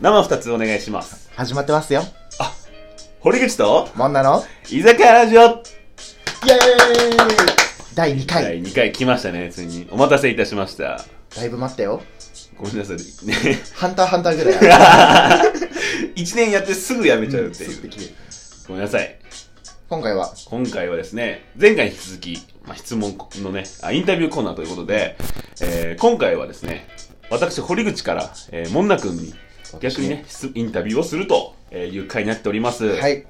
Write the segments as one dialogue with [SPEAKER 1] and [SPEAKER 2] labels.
[SPEAKER 1] 生二つお願いします。
[SPEAKER 2] 始まってますよ。
[SPEAKER 1] 堀口と、
[SPEAKER 2] もんなの
[SPEAKER 1] 居酒屋ラジオ
[SPEAKER 2] イエーイ第2回。
[SPEAKER 1] 第2回来ましたね、ついに。お待たせいたしました。
[SPEAKER 2] だいぶ待ったよ。
[SPEAKER 1] ごめんな さい。ね。
[SPEAKER 2] ハンターハンターぐらい ある。
[SPEAKER 1] 1年やってすぐ辞めちゃうって
[SPEAKER 2] ス
[SPEAKER 1] い
[SPEAKER 2] ッ
[SPEAKER 1] う。
[SPEAKER 2] て切れる
[SPEAKER 1] ごめんなさい。
[SPEAKER 2] 今回は、
[SPEAKER 1] 今回はですね、前回に引き続き、まあ、質問のねあ、インタビューコーナーということで、えー今回はですね、私、堀口から、えー、もんな君に、逆にね、質インタビューをするとえーいう回になっております。
[SPEAKER 2] はい。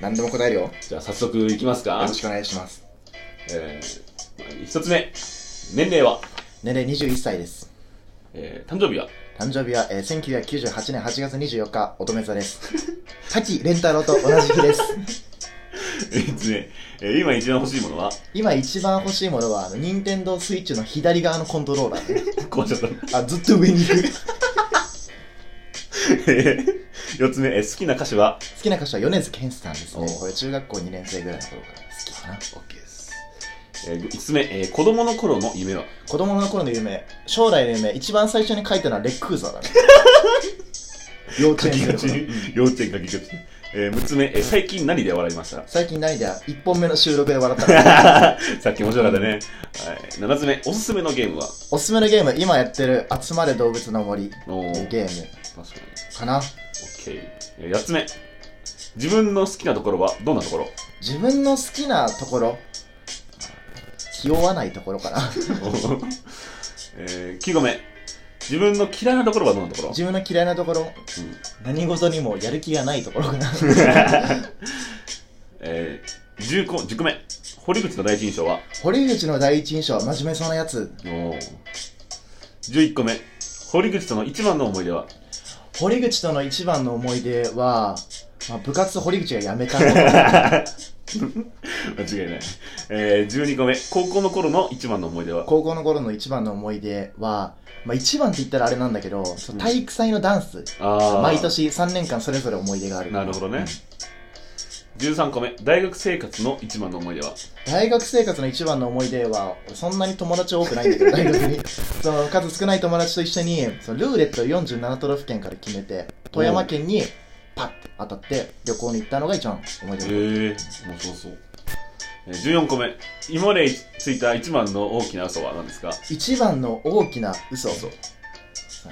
[SPEAKER 2] 何でも答えるよ。よ
[SPEAKER 1] じゃあ、早速いきますか。
[SPEAKER 2] ろしくお願いします。
[SPEAKER 1] えー、一つ目、年齢は、
[SPEAKER 2] 年齢21歳です。
[SPEAKER 1] えー、誕生日は、
[SPEAKER 2] 誕生日は、えー、1998年8月24日、乙女 座です。滝蓮太郎と同じ日です。
[SPEAKER 1] えーですね、えー今一番欲しいものは、
[SPEAKER 2] 今一番欲しいものは、あの、任天堂スイッチの左側のコントローラー ね。
[SPEAKER 1] 壊っちゃった。
[SPEAKER 2] あ、ずっと上に行く。好
[SPEAKER 1] えー四つ目、えー好きな歌詞は、
[SPEAKER 2] きな歌手は米津玄師さんですね
[SPEAKER 1] お。
[SPEAKER 2] これ中学校2年生ぐらいの頃から好きかな。
[SPEAKER 1] OK です。えー、五つ目、えー子供の頃の夢は、
[SPEAKER 2] 子供の頃の夢将来の夢一番最初に書いたのはレックウザー だね幼稚
[SPEAKER 1] 書き
[SPEAKER 2] 園生
[SPEAKER 1] が
[SPEAKER 2] の
[SPEAKER 1] ち
[SPEAKER 2] 頃。
[SPEAKER 1] 幼稚園書きがち。えー、6つ目、えー最近何で笑いました
[SPEAKER 2] 最近何だ1本目の収録で笑った の
[SPEAKER 1] さっき面白かったね。はい、7つ目、おすすめのゲームは
[SPEAKER 2] おすすめのゲーム今やってる「集まれ動物の森」
[SPEAKER 1] おー
[SPEAKER 2] ゲーム
[SPEAKER 1] 確かに。
[SPEAKER 2] かな
[SPEAKER 1] OK。えー八つ目、自分の好きなところはどんなと ころ
[SPEAKER 2] 自分の好きなところ気負わないところか な
[SPEAKER 1] えー、9個目、自分の嫌いなところはどんなところ
[SPEAKER 2] 自分の嫌いなところ
[SPEAKER 1] うん
[SPEAKER 2] 何事にもやる気がないところ かな
[SPEAKER 1] えー、10, 個10個目堀口の第一印象は
[SPEAKER 2] 堀口の第一印象は真面目そうなやつ
[SPEAKER 1] 11個目堀口との一番の思い出は
[SPEAKER 2] 堀口との一番の思い出は、まあ、部活堀口が辞めたこと
[SPEAKER 1] 間違いない、えー、12個目高校の頃の一番の思い出は
[SPEAKER 2] 高校の頃の一番の思い出は、まあ、一番って言ったらあれなんだけど、その体育祭のダンス
[SPEAKER 1] あー
[SPEAKER 2] 毎年3年間それぞれ思い出がある
[SPEAKER 1] なるほどね13個目大学生活の一番の思い出は
[SPEAKER 2] 大学生活の一番の思い出は俺そんなに友達多くないんだ けど大学にその数少ない友達と一緒にそのルーレットを47都道府県から決めて富山県にパッて当たって旅行に行ったのが一番思い
[SPEAKER 1] え
[SPEAKER 2] 出の
[SPEAKER 1] ー、もうそうそうえー14個目今までついた一番の大きな嘘は何ですか
[SPEAKER 2] 一番の大きな嘘
[SPEAKER 1] 嘘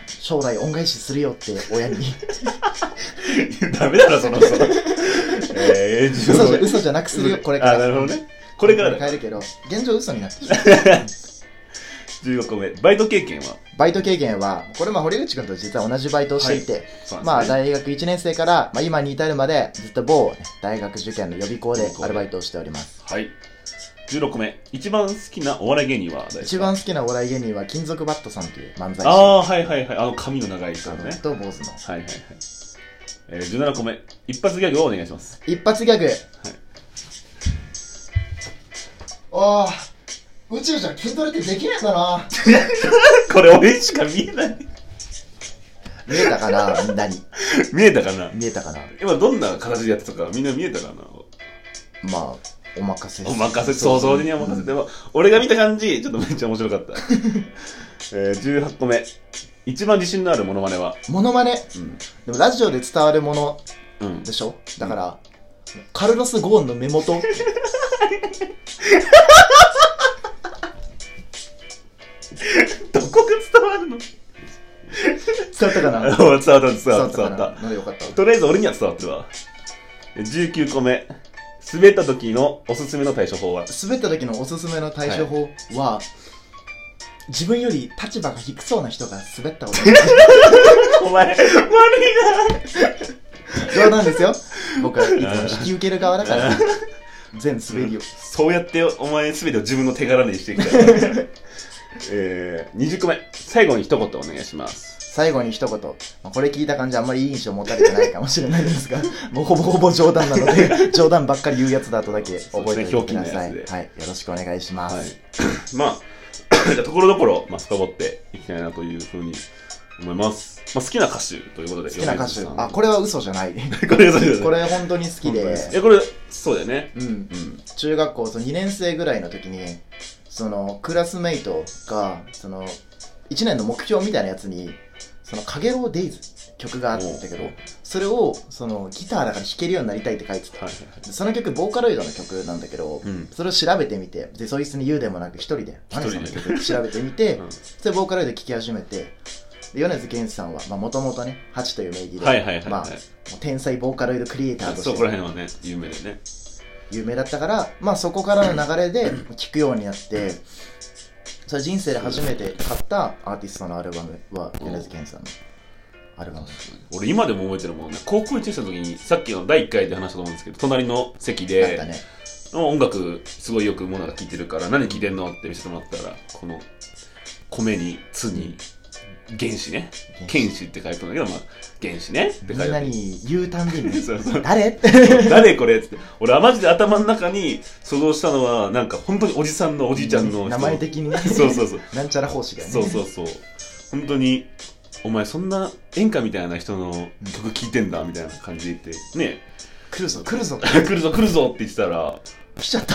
[SPEAKER 2] 将来恩返しするよって 親に
[SPEAKER 1] ダメだろその嘘えー、
[SPEAKER 2] 嘘じゃ
[SPEAKER 1] 15個目
[SPEAKER 2] 嘘じゃなくするよこれから
[SPEAKER 1] あなるほどねこれからだ
[SPEAKER 2] 変えるけど現状嘘になってる
[SPEAKER 1] 15個目バイト経験は
[SPEAKER 2] バイト経験は、これまあ堀口君と実は同じバイトをしていて、
[SPEAKER 1] そうなん
[SPEAKER 2] まあ
[SPEAKER 1] ですね
[SPEAKER 2] 大学1年生から、まあ、今に至るまでずっと某ね大学受験の予備校でアルバイトをしております。
[SPEAKER 1] はい16名一番好きなお笑い芸人は誰です
[SPEAKER 2] 一
[SPEAKER 1] か
[SPEAKER 2] 番好きなお笑い芸人は金属バットさんという漫才師
[SPEAKER 1] ああはいはいはいあの髪の長い人
[SPEAKER 2] あ
[SPEAKER 1] の
[SPEAKER 2] の
[SPEAKER 1] ね
[SPEAKER 2] と坊主の。
[SPEAKER 1] はいはいはい、えー、17個目一発ギャグをお願いします
[SPEAKER 2] 一発ギャグ。ああ、宇宙じゃ筋トレってできないん だな。
[SPEAKER 1] これ俺しか見えない
[SPEAKER 2] 見えたかなみんなに。
[SPEAKER 1] 見えたかな
[SPEAKER 2] 見えたかな
[SPEAKER 1] 今どんな形でやってたかみんな見えたかな
[SPEAKER 2] まあ、お任せです
[SPEAKER 1] お任せ想像には任せても俺が見た感じちょっとめっちゃ面白かった えー、18個目一番自信のあるモノマネは
[SPEAKER 2] モノマネ。
[SPEAKER 1] うん
[SPEAKER 2] でもラジオで伝わるもの
[SPEAKER 1] うん
[SPEAKER 2] でしょだから、カルロス・ゴーンの目元
[SPEAKER 1] どこが伝わるの
[SPEAKER 2] 伝わったか な
[SPEAKER 1] 伝わった伝わった伝
[SPEAKER 2] 伝わ
[SPEAKER 1] わっ
[SPEAKER 2] っ
[SPEAKER 1] 伝
[SPEAKER 2] たたか
[SPEAKER 1] わ
[SPEAKER 2] な
[SPEAKER 1] った
[SPEAKER 2] まだよかった
[SPEAKER 1] とりあえず俺には伝わってるわ。19個目。滑った時のおすすめの対処法は
[SPEAKER 2] 滑った時のおすすめの対処法は、自分より立場が低そうな人が滑ったことが
[SPEAKER 1] お前、悪い
[SPEAKER 2] 冗談ですよ僕はいつも引き受ける側だから全滑りを
[SPEAKER 1] そうやってお前全てを自分の手柄にしてきた。 えー、20個目。最後に一言お願いします。
[SPEAKER 2] 最後に一言、まあ、これ聞いた感じあんまりいい印象持たれてないかもしれないですが もうほぼほぼ冗談なの で冗談ばっかり言うやつだとだけ覚えておいてください、
[SPEAKER 1] そうです
[SPEAKER 2] はい、よろしくお願いします、
[SPEAKER 1] はい。 まあ、じゃあところどころ、まあ、深掘っていきたいなというふうに思います。まあ、好きな歌手ということで。
[SPEAKER 2] 好きな歌手あ
[SPEAKER 1] あ、
[SPEAKER 2] これは嘘 じゃない
[SPEAKER 1] これ、これ、
[SPEAKER 2] これ本当に好きで
[SPEAKER 1] え、これ、そうだよね。
[SPEAKER 2] うん
[SPEAKER 1] うん。
[SPEAKER 2] 中学校その2年生ぐらいの時にそのクラスメイトがその1年の目標みたいなやつに「そのかげろうデイズ」曲があったんだけ
[SPEAKER 1] お
[SPEAKER 2] ど
[SPEAKER 1] う
[SPEAKER 2] それをそのギターだから弾けるようになりたいって書いてた
[SPEAKER 1] はいはいはい
[SPEAKER 2] でその曲ボーカロイドの曲なんだけど、
[SPEAKER 1] うん
[SPEAKER 2] それを調べてみてでそいつに言うでもなく一人で
[SPEAKER 1] 一人で
[SPEAKER 2] 米津さんの曲調べてみて、
[SPEAKER 1] うん
[SPEAKER 2] それボーカロイド聴き始めてで米津玄師さんはもともとね「ハチ」という名義で、
[SPEAKER 1] はいはいはいはい
[SPEAKER 2] まあ、もう天才ボーカロイドクリエイターと
[SPEAKER 1] そこら
[SPEAKER 2] して
[SPEAKER 1] 辺はね有名でね
[SPEAKER 2] 有名だったから、まあ、そこからの流れで聴くようになってそれ人生で初めて買ったアーティストのアルバムは米津玄師さんのアルバム
[SPEAKER 1] 俺今でも覚えてるもんね高校1年生の時にさっきの第1回で話したと思うんですけど隣の席
[SPEAKER 2] だっ
[SPEAKER 1] で
[SPEAKER 2] たね、
[SPEAKER 1] 音楽すごいよくモナが聴いてるから何聴いてんのって見せてもらったらこの米に「つ」に「原子ね」「
[SPEAKER 2] 原
[SPEAKER 1] 剣子」って書いてあるんだけどまあ「原子ね」って
[SPEAKER 2] み
[SPEAKER 1] 書いて
[SPEAKER 2] ん
[SPEAKER 1] あ
[SPEAKER 2] な
[SPEAKER 1] る
[SPEAKER 2] に言うたんびに
[SPEAKER 1] そうそう
[SPEAKER 2] 「誰?」って
[SPEAKER 1] 誰これっつって俺はマジで頭の中に想像したのはなんか本当におじさんのおじいちゃんの人
[SPEAKER 2] 名前的にね
[SPEAKER 1] そうそうそう
[SPEAKER 2] なんちゃら方式だよね
[SPEAKER 1] そうそうそう本当にお前そんな演歌みたいな人の曲聴いてんだみたいな感じで言ってね
[SPEAKER 2] 来るぞ来る ぞ
[SPEAKER 1] 来るぞ来るぞって言ってたら
[SPEAKER 2] 来ちゃった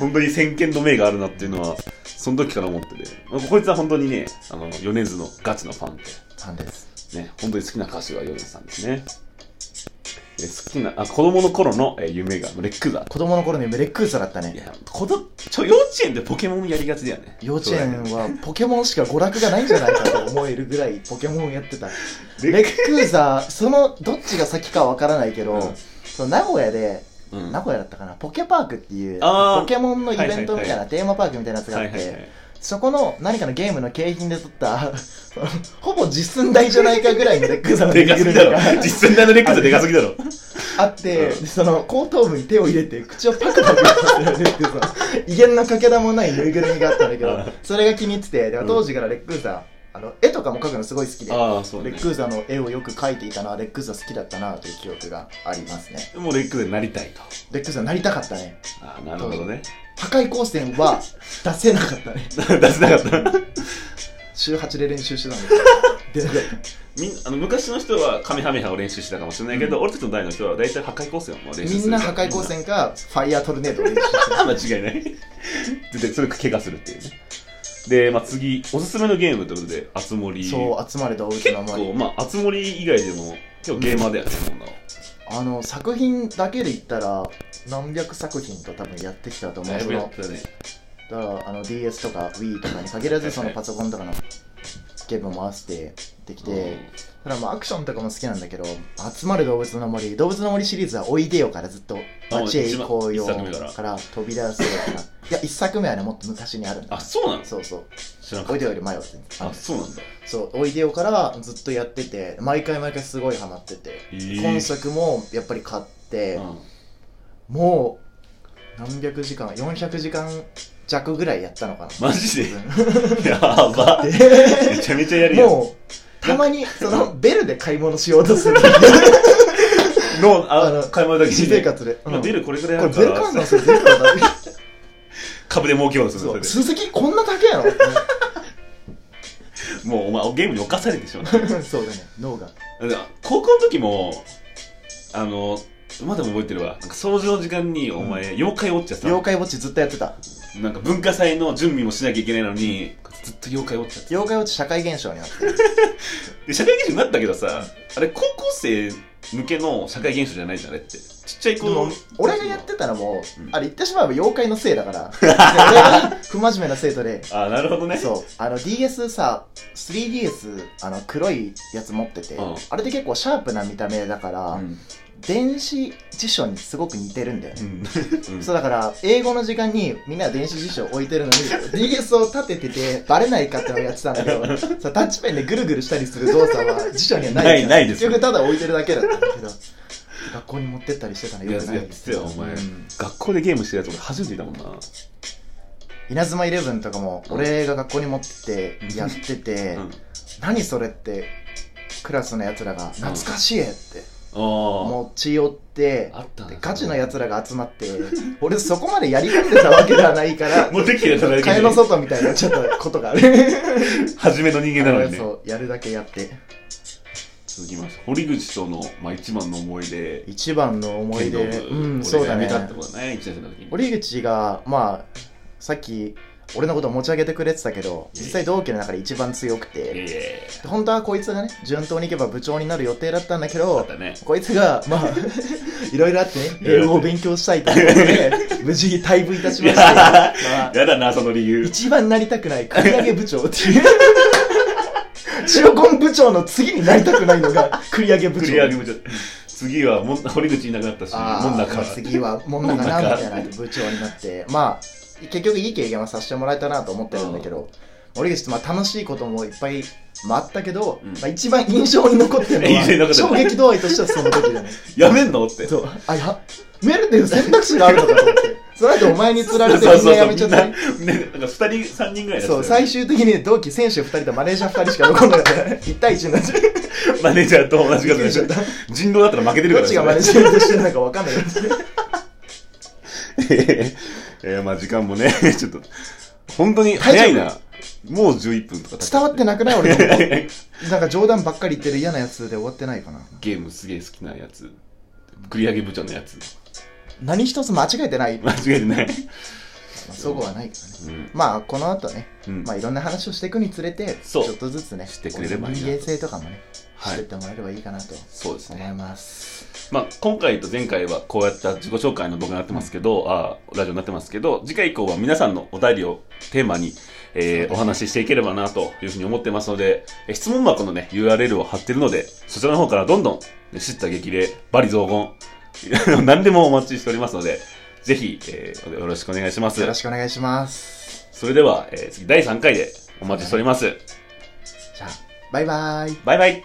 [SPEAKER 1] 本当に先見の明があるなっていうのはその時から思っててこいつは本当にねあの米津のガチのファンで
[SPEAKER 2] なんです
[SPEAKER 1] ね本当に好きな歌手が米津さんですねえ好きなあ子供の頃のえ夢がレックだ
[SPEAKER 2] 子供の頃にレックーサだった
[SPEAKER 1] い
[SPEAKER 2] ね
[SPEAKER 1] や子どちょ幼稚園でポケモンやりがちだよね
[SPEAKER 2] 幼稚園
[SPEAKER 1] そうだね
[SPEAKER 2] はポケモンしか娯楽がないんじゃないかと思えるぐらいポケモンやってた
[SPEAKER 1] レ
[SPEAKER 2] レックーザーそのどっちが先かわからないけど、
[SPEAKER 1] うん
[SPEAKER 2] その名古屋で
[SPEAKER 1] うん
[SPEAKER 2] 名古屋だったかなポケパークっていう
[SPEAKER 1] あー
[SPEAKER 2] ポケモンのイベント
[SPEAKER 1] はいい
[SPEAKER 2] みた
[SPEAKER 1] はいは
[SPEAKER 2] なテーマパークみたいなやつが
[SPEAKER 1] は
[SPEAKER 2] あ
[SPEAKER 1] い
[SPEAKER 2] っ
[SPEAKER 1] はいは
[SPEAKER 2] て
[SPEAKER 1] い
[SPEAKER 2] そこの何かのゲームの景品で撮った そのほぼ実寸大じゃないかぐらいのレックーザーの
[SPEAKER 1] でかすぎだろ
[SPEAKER 2] ぬいぐるみが
[SPEAKER 1] 実寸大のレックスはでかすぎだろ
[SPEAKER 2] あって、
[SPEAKER 1] うん
[SPEAKER 2] でその後頭部に手を入れて口をパクパクさせられるっていうその威厳のかけらもないぬいぐるみがあったんだけ
[SPEAKER 1] う
[SPEAKER 2] ど
[SPEAKER 1] ん
[SPEAKER 2] それが気に入っててで当時からレッグーザーあの絵とかも描くのすごい好きで、
[SPEAKER 1] ああそう
[SPEAKER 2] レ
[SPEAKER 1] ね
[SPEAKER 2] ッグーザーの絵をよく描いていたなレッグーザー好きだったなという記憶がありますね
[SPEAKER 1] もうレックスになりたいと
[SPEAKER 2] レッグーザーなりたかったね
[SPEAKER 1] ああなるほどね
[SPEAKER 2] 破壊光線は出せなかったね
[SPEAKER 1] 出せなかった
[SPEAKER 2] 週8で練習してたんだけ ど出なかっ
[SPEAKER 1] みんあの昔の人はカメハメハを練習してたかもしれないけど、俺たちの代の人は大体破壊光線を練習
[SPEAKER 2] た
[SPEAKER 1] する
[SPEAKER 2] みんな破壊光線かファイヤートルネードを練習してた
[SPEAKER 1] あ間違いないででそれ怪我するっていうねで、まあ、次おすすめのゲーム ということであつ森
[SPEAKER 2] そう集まれ動物
[SPEAKER 1] 結
[SPEAKER 2] の森
[SPEAKER 1] 構まああつ森以外でも今日ゲーマーだよね、こんなの
[SPEAKER 2] あの作品だけで言ったら何百作品と多分やってきたと思う
[SPEAKER 1] だい
[SPEAKER 2] そ
[SPEAKER 1] ぶや
[SPEAKER 2] の
[SPEAKER 1] ったね
[SPEAKER 2] だからあの DS とか Wii とかに限らずそのパソコンとかのゲームも合わせてできてただまあアクションとかも好きなんだけど「集まる動物の森」「動物の森」シリーズは「おいでよ」からずっと「
[SPEAKER 1] あ
[SPEAKER 2] 立ちへ行こうよ
[SPEAKER 1] 一」作目から
[SPEAKER 2] から「飛び出せよ」からいや一作目はねもっと昔にあるん
[SPEAKER 1] あ
[SPEAKER 2] だ
[SPEAKER 1] そうなの
[SPEAKER 2] そうそう
[SPEAKER 1] 知らん
[SPEAKER 2] 「
[SPEAKER 1] か
[SPEAKER 2] お
[SPEAKER 1] っ
[SPEAKER 2] いでよ」より前は全
[SPEAKER 1] た
[SPEAKER 2] 然
[SPEAKER 1] あそうなんだ
[SPEAKER 2] そう「おいでよ」からずっとやってて毎回毎回すごいハマってて
[SPEAKER 1] えー
[SPEAKER 2] 今作もやっぱり買って、
[SPEAKER 1] うん
[SPEAKER 2] もう何百時間400時間弱ぐらいやったのかな
[SPEAKER 1] マジで
[SPEAKER 2] 多
[SPEAKER 1] やば
[SPEAKER 2] 分
[SPEAKER 1] めちゃめちゃやるやん
[SPEAKER 2] もうたまにそのベルで買い物しようと する
[SPEAKER 1] の
[SPEAKER 2] あ
[SPEAKER 1] あ
[SPEAKER 2] の
[SPEAKER 1] 買い物だけ
[SPEAKER 2] 私
[SPEAKER 1] に
[SPEAKER 2] 生活で、うん
[SPEAKER 1] まあベルこれぐらいあ
[SPEAKER 2] これ
[SPEAKER 1] るか
[SPEAKER 2] ベル換
[SPEAKER 1] ら
[SPEAKER 2] 算するベル換算する
[SPEAKER 1] 株で儲けようとする
[SPEAKER 2] そ
[SPEAKER 1] ん
[SPEAKER 2] う
[SPEAKER 1] です
[SPEAKER 2] 鈴木こんな高いやろ
[SPEAKER 1] もうお前ゲームに侵されてしまう
[SPEAKER 2] そうだね脳が
[SPEAKER 1] 高校の時もあのまだ覚えてるわなんか掃除の時間にお前、妖怪ウォッチやってた
[SPEAKER 2] 妖
[SPEAKER 1] の
[SPEAKER 2] 怪ウォッチずっとやってた
[SPEAKER 1] なんか文化祭の準備もしなきゃいけないのにずっと妖怪ウォッチやって
[SPEAKER 2] 妖怪ウォッチ社会現象になってる
[SPEAKER 1] たで社会現象になったけどさあれ高校生向けの社会現象じゃないじゃんあれってちっちゃい
[SPEAKER 2] で
[SPEAKER 1] 子
[SPEAKER 2] も
[SPEAKER 1] の
[SPEAKER 2] 俺がやってたらもう、
[SPEAKER 1] うん
[SPEAKER 2] あれ言ってしまえば妖怪のせいだから で俺は不真面目な生徒で
[SPEAKER 1] あなるほどね
[SPEAKER 2] そうあの DS さ 3DS あの黒いやつ持ってて、
[SPEAKER 1] うん
[SPEAKER 2] あれって結構シャープな見た目だから、
[SPEAKER 1] ん
[SPEAKER 2] 電子辞書にすごく似てるんだよね、
[SPEAKER 1] んうん
[SPEAKER 2] そうだから英語の時間にみんな電子辞書置いてるのに DS を立てててバレないかってのをやってたんだけどさタッチペンでぐるぐるしたりする動作は辞書にはない
[SPEAKER 1] ないないです
[SPEAKER 2] 結局ただ置いてるだけだったんだけど学校に持ってったりしてたの
[SPEAKER 1] いや
[SPEAKER 2] よくない
[SPEAKER 1] やってたよお前、
[SPEAKER 2] うん
[SPEAKER 1] 学校でゲームしてるやつ俺初めていたもんな
[SPEAKER 2] 稲妻イレブンとかも
[SPEAKER 1] うん
[SPEAKER 2] 俺が学校に持ってってやってて、
[SPEAKER 1] うん
[SPEAKER 2] 何それってクラスのやつらが懐かしいって
[SPEAKER 1] あ
[SPEAKER 2] 持ち寄って
[SPEAKER 1] ああったね
[SPEAKER 2] でガチのやつらが集まって俺そこまでやり込んでたわけではない から
[SPEAKER 1] 持ってきてただけ
[SPEAKER 2] 替えの外みたいなちょっとことがある
[SPEAKER 1] 初めの人間なのにね
[SPEAKER 2] そうやるだけやって
[SPEAKER 1] 続きまして堀口との、まあ、一番の思い出
[SPEAKER 2] 一番の思い出
[SPEAKER 1] 剣道部
[SPEAKER 2] うん
[SPEAKER 1] 俺
[SPEAKER 2] そう
[SPEAKER 1] が
[SPEAKER 2] だ
[SPEAKER 1] やめ
[SPEAKER 2] ね
[SPEAKER 1] たってことだね1年生の時に
[SPEAKER 2] 堀口がまあさっき俺のことを持ち上げてくれてたけど実際同期の中で一番強く
[SPEAKER 1] いや
[SPEAKER 2] て
[SPEAKER 1] いやいや
[SPEAKER 2] 本当はこいつがね順当にいけば部長になる予定だったんだけ
[SPEAKER 1] あ
[SPEAKER 2] ど
[SPEAKER 1] ったね。
[SPEAKER 2] こいつがまあいろいろあってね
[SPEAKER 1] いろいろ
[SPEAKER 2] 英語を勉強したいということで無事に退部いたしま
[SPEAKER 1] い
[SPEAKER 2] して
[SPEAKER 1] や
[SPEAKER 2] まあ
[SPEAKER 1] やだな、その理由。
[SPEAKER 2] 一番なりたくない繰り上げ部長っていう塩コン部長の次になりたくないのが繰り上げ部長
[SPEAKER 1] 繰り上げもちょっと次はもん、堀口いなくなったし、
[SPEAKER 2] あ
[SPEAKER 1] もん
[SPEAKER 2] ー
[SPEAKER 1] なか。
[SPEAKER 2] 次はもんなかなみたいな部長になってまあ結局いい経験はさせてもらえたなと思ってるんだけど、俺がちょっとまあ楽しいこともいっぱいまああったけど、
[SPEAKER 1] うん
[SPEAKER 2] まあ、一番印象に残ってるの
[SPEAKER 1] 印象に残って
[SPEAKER 2] は
[SPEAKER 1] る
[SPEAKER 2] 衝撃度合いとしてはその時だね
[SPEAKER 1] やめんのって。
[SPEAKER 2] そうあいやメルっていう選択肢があるのかと思ってそれだってお前に釣られてみんなやめちゃったね
[SPEAKER 1] みんな、ねなんか二人、三人ぐらいだったよ
[SPEAKER 2] そう
[SPEAKER 1] ね
[SPEAKER 2] 最終的に同期選手2人とマネージャー2人しか残 んなかったね1対1になっちゃう
[SPEAKER 1] マネージャーと同じ方でしょ
[SPEAKER 2] びっくりしちゃっ
[SPEAKER 1] 人狼だったら負けてる
[SPEAKER 2] ど
[SPEAKER 1] か
[SPEAKER 2] っ
[SPEAKER 1] ら
[SPEAKER 2] ちがマネージ ャーとしてるのか分かんないです
[SPEAKER 1] えー、まあ時間もね、 ちょっと、本当に早いな。もう11分とか経
[SPEAKER 2] 伝わってなくない俺のこと
[SPEAKER 1] て
[SPEAKER 2] なんか冗談ばっかり言ってる嫌なやつで終わってないかな
[SPEAKER 1] ゲームすげえ好きなやつ。繰り上げ部長のやつ。
[SPEAKER 2] 何一つ間違えてない、ま
[SPEAKER 1] 間違えてない。
[SPEAKER 2] あ、そこはないからね
[SPEAKER 1] うん。
[SPEAKER 2] まあこの後ね、
[SPEAKER 1] うん。
[SPEAKER 2] まあ、いろんな話をしていくにつれてち
[SPEAKER 1] そう
[SPEAKER 2] ょっとずつね
[SPEAKER 1] してくれればいいな
[SPEAKER 2] 人間性とかもね知
[SPEAKER 1] は
[SPEAKER 2] っ
[SPEAKER 1] い
[SPEAKER 2] てってもらえればいいかなと
[SPEAKER 1] そうです
[SPEAKER 2] 思い
[SPEAKER 1] ね。
[SPEAKER 2] ます、
[SPEAKER 1] まあ今回と前回はこうやった自己紹介の僕になってますけど、あーラジオになってますけど、次回以降は皆さんのお便りをテーマに、えーお話ししていければなというふうに思ってますので、えー質問箱のね、URL を貼ってるので、そちらの方からどんどん、ね、知った激励、バリ雑言、 何でもお待ちしておりますので、ぜひ、えーよろしくお願いします
[SPEAKER 2] よろ。しくお願いします
[SPEAKER 1] それでは、えー次第3回でお待ちしております。
[SPEAKER 2] じゃあバイバイ
[SPEAKER 1] バイバイ。